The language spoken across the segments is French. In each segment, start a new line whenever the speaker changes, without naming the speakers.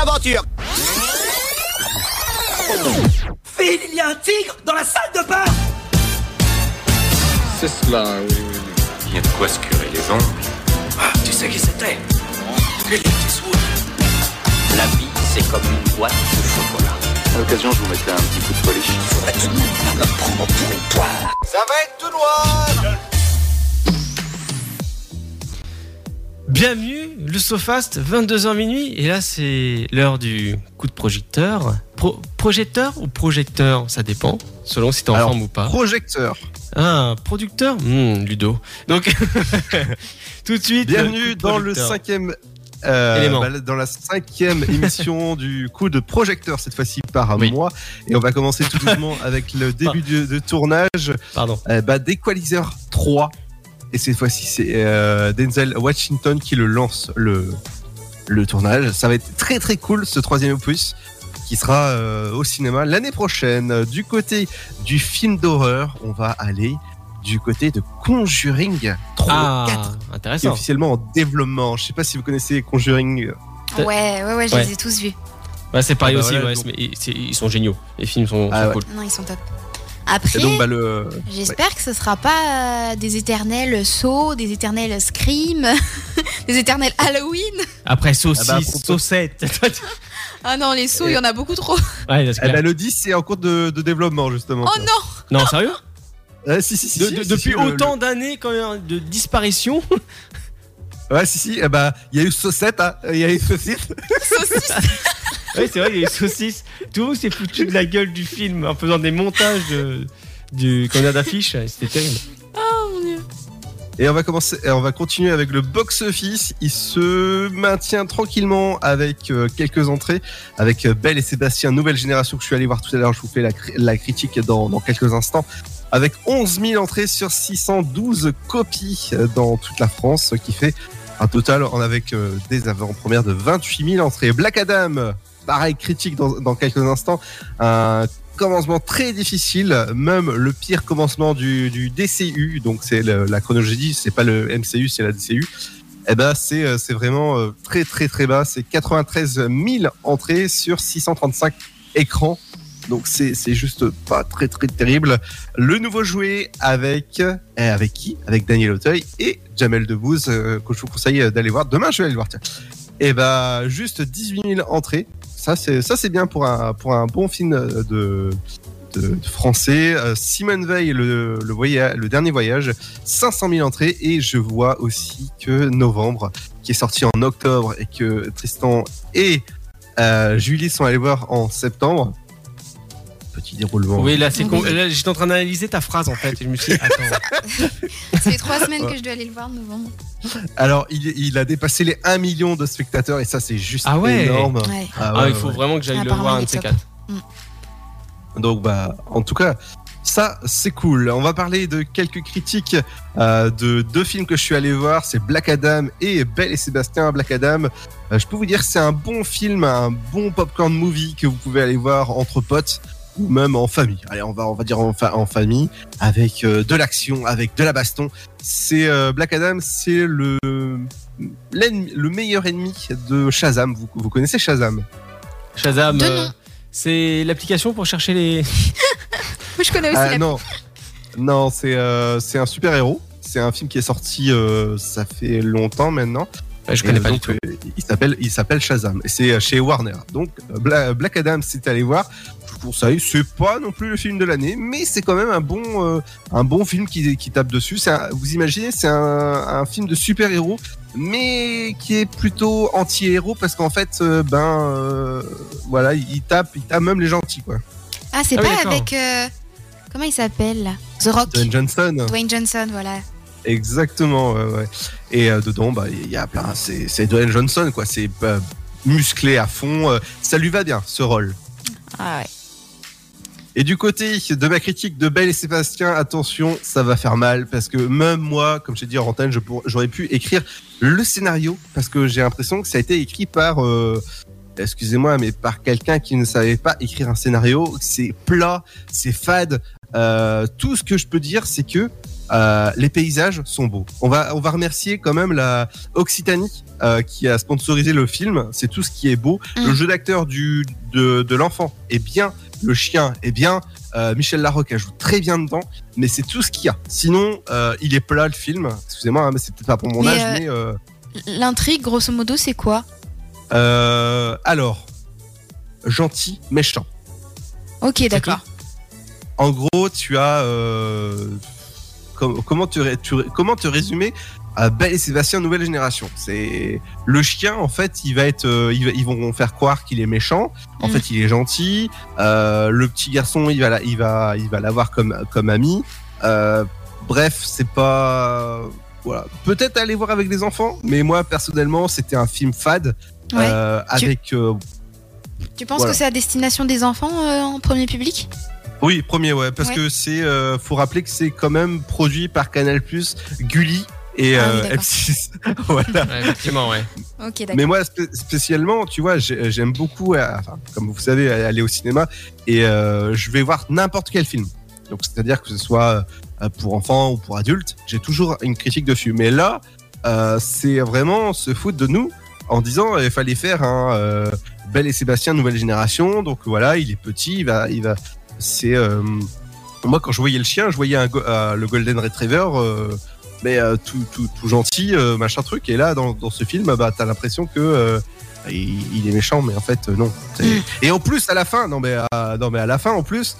aventure
Phil, il y a un tigre dans la salle de bain
C'est cela, oui, oui, oui.
Il y a de quoi se curer les ongles.
Ah, tu sais qui c'était Clint Eastwood.
La vie, c'est comme une boîte de chocolat.
À l'occasion, je vous mettrai un petit coup de polish.
Il faudrait tout de même la prendre pour une poire.
Ça va être tout noir
Bienvenue, le Sofast, 22h minuit. Et là, c'est l'heure du coup de projecteur. Pro- projecteur ou projecteur Ça dépend, selon si t'es en
Alors,
forme ou pas.
Projecteur.
Ah, producteur Hmm, Ludo. Donc, tout de suite.
Bienvenue
coup de
dans le
projecteur.
cinquième. euh,
Élément.
bah, dans la cinquième émission du coup de projecteur, cette fois-ci par
Oui. Ah.
mois. Et on va commencer tout doucement avec le début de, de tournage
Pardon.
euh, bah, d'Equalizer 3. Et cette fois-ci, c'est euh, Denzel Washington qui le lance, le, le tournage. Ça va être très très cool ce troisième opus qui sera euh, au cinéma l'année prochaine. Du côté du film d'horreur, on va aller du côté de Conjuring 3.
Ah,
4 qui est
intéressant.
officiellement en développement. Je sais pas si vous connaissez Conjuring.
T'as-
Ah Ouais, ouais, ouais, je
Ouais.
les ai tous vus.
Bah, c'est pareil
Ah bah
aussi,
voilà,
ouais,
donc-
mais ils- c'est- ils sont géniaux. Les films sont,
Ah
sont
ouais.
cool.
Non, ils sont top.
Et
Après,
donc bah, le
j'espère que ce sera pas euh, des éternels sauts, des éternels screams, des éternels Halloween.
Après, saucisse,
Ah bah, à propos-
saucette.
Ah non, les sauts, il y en a beaucoup trop.
ouais, là, c'est
eh
clair.
ben, le 10 c'est en cours de, de développement justement.
Oh non
Non, sérieux
Ah, si, si, si,
De-
si,
de-
si,
Depuis
si, le-
autant d'années quand même, de disparition.
le- Ouais si si. eh ben, il y a eu Saucette, hein, il y a eu Saucisse.
Saucisse
Oui, c'est vrai, il y a eu saucisse. Tout le monde s'est foutu de la gueule du film en faisant des montages de, du qu'on a d'affiches. C'était terrible.
Oh mon dieu
Et on va commencer, et on va continuer avec le box office. Il se maintient tranquillement avec euh, quelques entrées, avec euh, Belle et Sébastien, nouvelle génération que je suis allé voir tout à l'heure. Je vous fais la, cri- la critique dans, dans quelques instants. Avec 11 000 entrées sur 612 copies euh, dans toute la France, ce qui fait un total en avec euh, des avant-premières de 28 000 entrées. Black Adam, pareil critique dans, dans quelques instants. Un commencement très difficile, même le pire commencement du, du DCU, donc c'est le- la chronologie, c'est pas le MCU, c'est la DCU. Eh ben, c'est, euh, c'est vraiment euh, très très très bas, c'est 93 000 entrées sur 635 écrans, donc c'est, c'est juste pas très très terrible. Le nouveau jouet avec, euh, avec qui Avec Daniel Auteuil et Jamel Debbouze, euh, que je vous conseille euh, d'aller voir. Demain, je vais aller le voir, tiens. Eh ben, juste 18 000 entrées, ça c'est ça c'est bien pour un pour un bon film euh, de de, de français. Euh, Simone Veil le le voyage le dernier voyage 500 000 entrées et je vois aussi que Novembre qui est sorti en octobre et que Tristan et euh, Julie sont allés voir en septembre. Petit déroulement.
Oui, là, c'est con- là, j'étais en train d'analyser ta phrase en fait. Et je me suis dit, attends.
Ça fait trois semaines que je dois aller le voir en novembre.
Alors il, il a dépassé les 1 million de spectateurs et ça c'est juste
Ah ouais.
énorme.
Ouais.
Ah,
ouais,
il faut
ouais.
vraiment que j'aille le
Apparemment,
voir un de
il est
ces
top.
quatre.
Donc bah en tout cas ça c'est cool. On va parler de quelques critiques euh, de deux films que je suis allé voir, c'est Black Adam et Belle et Sébastien Black Adam. Euh, je peux vous dire que c'est un bon film, un bon popcorn movie que vous pouvez aller voir entre potes ou même en famille. Allez, on va on va dire en, fa- en famille avec euh, de l'action, avec de la baston. C'est euh, Black Adam, c'est le l'ennemi- le meilleur ennemi de Shazam. Vous, vous connaissez Shazam
Shazam,
De
euh,
nom.
c'est l'application pour chercher les.
Moi, je connais aussi
Ah,
la...
non, non, c'est euh, c'est un super héros. C'est un film qui est sorti, euh, ça fait longtemps maintenant.
je connais
Et
pas du
donc,
tout.
euh, il s'appelle il s'appelle Shazam et c'est euh, chez Warner. Donc euh, Bla- Black Adam, si t'es allé voir, je vous conseille. C'est pas non plus le film de l'année, mais c'est quand même un bon euh, un bon film qui, qui tape dessus. C'est un- vous imaginez, c'est un, un film de super héros, mais qui est plutôt anti héros parce qu'en fait, euh, ben euh, voilà, il tape il tape même les gentils quoi.
Ah, c'est
Ah oui,
pas
d'accord.
avec... euh, Comment il s'appelle là The Rock
Dwayne Johnson.
Dwayne Johnson, voilà.
Exactement, ouais, ouais. Et euh, dedans, bah, il y a plein. C'est c'est Dwayne Johnson, quoi. C'est euh, musclé à fond. euh, ça lui va bien, ce rôle.
Ah ouais.
Et du côté de ma critique de Belle et Sébastien, attention, ça va faire mal parce que même moi, comme j'ai dit en antenne, je pour- j'aurais pu écrire le scénario parce que j'ai l'impression que ça a été écrit par, euh, excusez-moi, mais par quelqu'un qui ne savait pas écrire un scénario. C'est plat, c'est fade. Euh, tout ce que je peux dire, c'est que Euh, les paysages sont beaux. On va, on va remercier quand même la Occitanie euh, qui a sponsorisé le film. C'est tout ce qui est beau.
Mm.
Le jeu d'acteur du de, de l'enfant est bien. Le chien est bien. Euh, Michel Larocque ajoute très bien dedans. Mais c'est tout ce qu'il y a. Sinon, euh, il est plat le film. Excusez-moi, hein, mais c'est peut-être pas pour mon
Mais,
âge.
euh,
Mais euh,
L'intrigue, grosso modo, c'est quoi
euh, alors, gentil, méchant.
Ok, d'accord.
En gros, tu as. euh, com- comment, te, ré- tu- comment te résumer à Belle et Sébastien Nouvelle Génération C'est le chien en fait, il va être, euh, il va- ils vont faire croire qu'il est méchant. En
Mm.
fait, il est gentil. Euh, le petit garçon, il va, la- il va, il va l'avoir comme comme ami. Euh, bref, c'est pas voilà. Peut-être aller voir avec des enfants, mais moi personnellement, c'était un film fade
Ouais.
euh,
Tu-
avec euh,
tu penses
voilà.
que c'est à destination des enfants euh, en premier public
Oui, premier, ouais, parce
Ouais.
que c'est, euh, faut rappeler que c'est quand même produit par Canal Gulli et
Ah oui,
euh,
d'accord.
M6. voilà.
Ouais, effectivement, ouais.
Ok, d'accord.
Mais moi, spé- spécialement, tu vois, j'ai- j'aime beaucoup, euh, enfin, comme vous savez, aller au cinéma et euh, je vais voir n'importe quel film. Donc, c'est-à-dire que ce soit euh, pour enfants ou pour adultes, j'ai toujours une critique dessus. Mais là, euh, c'est vraiment se foutre de nous en disant il fallait faire un euh, Belle et Sébastien nouvelle génération. Donc voilà, il est petit, il va, il va. C'est euh, moi quand je voyais le chien, je voyais un, go- euh, le Golden Retriever. euh, mais euh, tout, tout, tout gentil, euh, machin truc. Et là, dans, dans ce film, bah, t'as l'impression que euh, il, il est méchant, mais en fait, euh, non. C'est-
Mm.
Et en plus, à la fin, non mais à, non mais à la fin, en plus,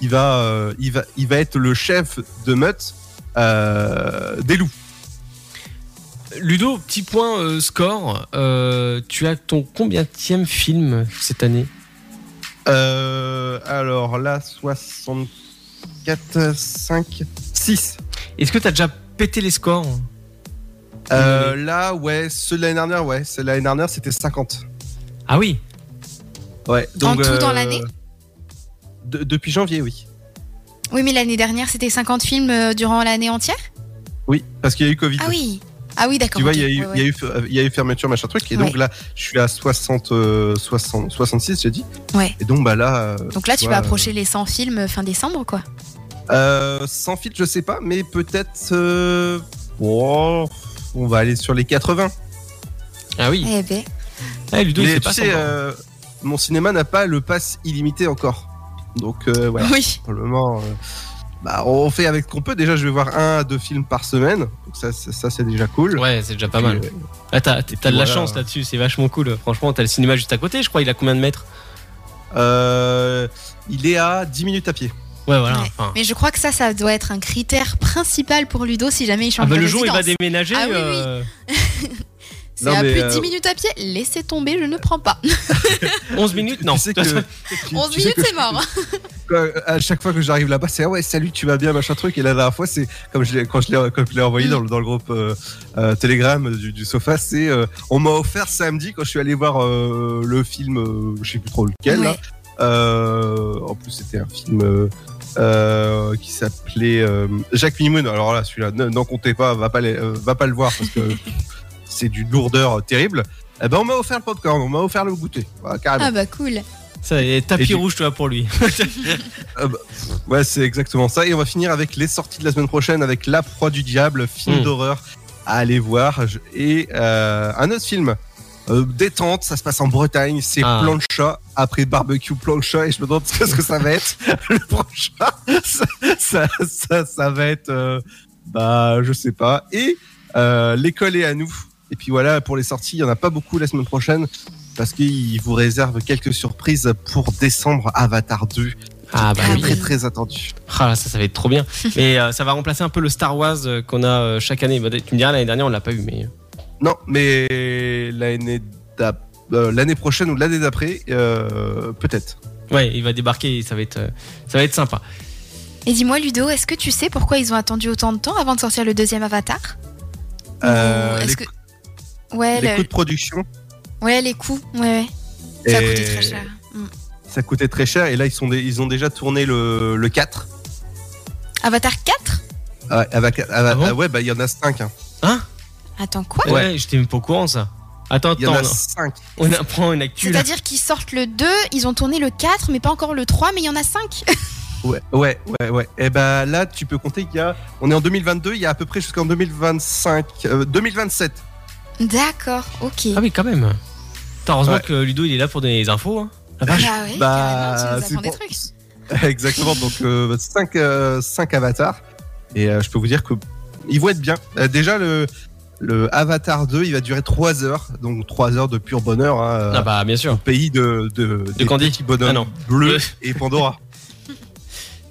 il va, euh, il va, il va être le chef de meute euh, des loups.
Ludo, petit point euh, score. Euh, tu as ton combienième film cette année
Euh, alors là, 64, 5, 6.
Est-ce que tu as déjà pété les scores
Euh, là, ouais, ceux de l'année dernière, ouais, ceux de l'année dernière, c'était 50.
Ah oui
Ouais. euh,
En tout, dans l'année
de- Depuis janvier, oui.
Oui, mais l'année dernière, c'était 50 films euh, durant l'année entière
Oui, parce qu'il y a eu Covid.
Ah oui Ah oui, d'accord.
Tu vois,
ok,
il y, a eu-
ouais,
il y a
ouais.
eu, euh, il y a eu fermeture, machin truc. Et donc
Ouais.
là, je suis à 60, euh, 60, 66, j'ai dit.
Ouais.
Et donc, bah là. euh,
Donc là, tu
vois,
vas approcher les 100 films euh, fin décembre, quoi.
euh, sans filtre, je sais pas, mais peut-être. euh, bon, on va aller sur les 80.
Ah oui
Eh ben.
Ah, Ludo,
mais
c'est
tu
pas
sais,
sympa.
euh, mon cinéma n'a pas le pass illimité encore. Donc, euh, voilà.
Oui.
Pour le moment, euh, bah, on fait avec ce qu'on peut. Déjà, je vais voir un à deux films par semaine. Donc, ça, ça, ça, c'est déjà cool.
Ouais, c'est déjà pas
Puis,
mal.
euh,
Ah, t'as t'as de la
voilà. euh.
chance là-dessus, c'est vachement cool. Franchement, t'as le cinéma juste à côté, je crois. Il a combien de mètres
euh, il est à 10 minutes à pied.
Ouais, voilà.
Ouais.
enfin.
Mais je crois que ça, ça doit être un critère principal pour Ludo si jamais il
Ah
change
bah,
de
le jour où il va
résidence.
déménager,
Ah oui, oui.
euh,
C'est
Non,
à
mais,
plus de
euh,
10 minutes à pied, laissez tomber, je ne prends pas.
11 minutes, non.
Tu sais que, tu-
11
tu sais
minutes,
que
c'est mort. hein.
quand- à chaque fois que j'arrive là-bas, c'est ah ouais, salut, tu vas bien, machin truc. Et la dernière fois, c'est comme je l'ai, quand je l'ai, quand je l'ai envoyé dans le, dans le groupe euh, euh, Telegram du, du sofa, c'est euh, on m'a offert samedi quand je suis allé voir euh, le film, euh, je sais plus trop lequel. là.
Ouais.
Euh, en plus, c'était un film euh, euh, qui s'appelait euh, Jacques Mimoun. Alors là, celui-là, ne- n'en comptez pas, va pas, les- euh, va pas le voir parce que c'est du lourdeur terrible. Eh ben, on m'a offert le popcorn, on m'a offert le goûter, Voilà, carrément.
Ah bah cool.
Ça, y est, tapis
Et du-
rouge, toi, pour lui.
Ouais, c'est exactement ça. Et on va finir avec les sorties de la semaine prochaine avec La Proie du Diable, film
Mm.
d'horreur à aller voir. Je- Et euh, un autre film. euh, détente, ça se passe en Bretagne, c'est
Ah.
plancha après barbecue plancha et je me demande ce que ça va être. Le plancha, ça, ça, ça, ça va être, euh, bah je sais pas. Et euh, l'école est à nous. Et puis voilà, pour les sorties, il y en a pas beaucoup la semaine prochaine parce qu'ils vous réservent quelques surprises pour décembre Avatar 2
Ah bah
Ah
très
oui.
très très attendu.
Ah là, ça, ça va être trop bien. Mais euh, ça va remplacer un peu le Star Wars euh, qu'on a euh, chaque année. Bah, tu me diras, l'année dernière, on l'a pas eu, mais.
Non, mais l'année d'ap- euh, l'année prochaine ou l'année d'après, euh, peut-être.
Ouais, il va débarquer et ça va être, euh, ça va être sympa.
Et dis-moi Ludo, est-ce que tu sais pourquoi ils ont attendu autant de temps avant de sortir le deuxième Avatar
Euh,
Ou
les,
est-ce que... Ouais,
les
le-
coûts de production,
ouais, les coûts. Ouais, ouais. Ça a
Et-
coûté très cher. Mm.
ça coûtait très cher et là ils, sont dé- ils ont déjà tourné le, le 4.
Avatar 4
Ah, avec- ah,
Ah bon
ah ouais, bah il y en a 5.
Attends, quoi
Ouais, j'étais même pas au courant, ça. Attends,
Il y en
attends,
a 5.
on apprend une actu là.
C'est-à-dire qu'ils sortent le 2, ils ont tourné le 4, mais pas encore le 3, mais il y en a 5.
Ouais, ouais, ouais, ouais. Et ben là, tu peux compter qu'il y a. On est en 2022, il y a à peu près jusqu'en 2025, euh, 2027.
D'accord, ok.
Ah oui, quand même. Attends, Heureusement
Ouais.
que Ludo, il est là pour donner les infos. hein. La
Bah
vache.
oui,
Ah, Bah,
carrément, tu nous
c'est
apprends des
pour-
trucs.
Exactement. Donc euh, 5 avatars. Et euh, je peux vous dire que ils vont être bien. Euh, déjà le le Avatar 2, il va durer 3 heures, donc 3 heures de pur bonheur. hein,
Ah bah, bien sûr.
au Pays de de, des
Candy.
petits bonhommes
Ah non.
bleus
Euh.
et Pandora.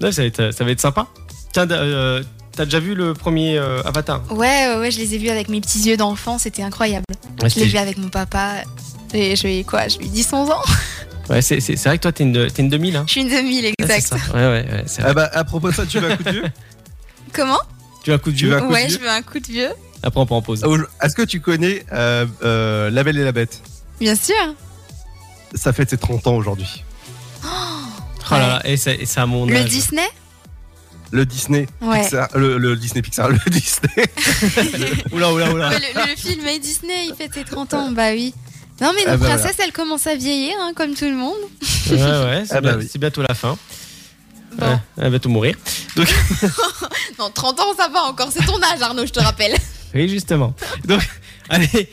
Ouais, ça, va être, ça va être sympa. Tiens, euh, t'as déjà vu le premier euh, Avatar
Ouais, ouais, ouais, je les ai vus avec mes petits yeux d'enfant, c'était incroyable. Je l'ai vu avec mon papa. Et je lui quoi, je lui 10 11 ans
Ouais, c'est c'est- c'est vrai que toi, t'es une, de- t'es une 2000. Hein.
Je suis une 2000
Ah, c'est
exact.
ça. Ouais, ouais, ouais, c'est vrai.
Ah bah, à propos de ça, tu vas à coup de vieux
Comment
Tu as un coup de
tu
vieux.
vas- Un coup de
Ouais,
vieux
je veux un coup de vieux.
Après, on prend en pause.
Est-ce que tu connais euh, euh, La Belle et la Bête
Bien sûr.
Ça fait ses 30 ans aujourd'hui.
Oh là là, et c'est et c'est à mon
Le
âge.
Disney
Le Disney
Ouais.
Pixar, le, le Disney Pixar, le Disney.
Oula, oula, oula.
Ouais, le, le- le film est Disney, il fête ses 30 ans, bah oui. Non mais
Ah
nos
bah voilà.
princesses, elles commencent à vieillir, hein, comme tout le monde.
Ouais, ouais, c'est
Ah bah
bien-
oui.
c'est bientôt la fin.
Bon.
Ouais, elle va bientôt mourir.
Non, 30 ans, ça va encore, c'est ton âge, Arnaud, je te rappelle.
Oui, justement. Donc, allez,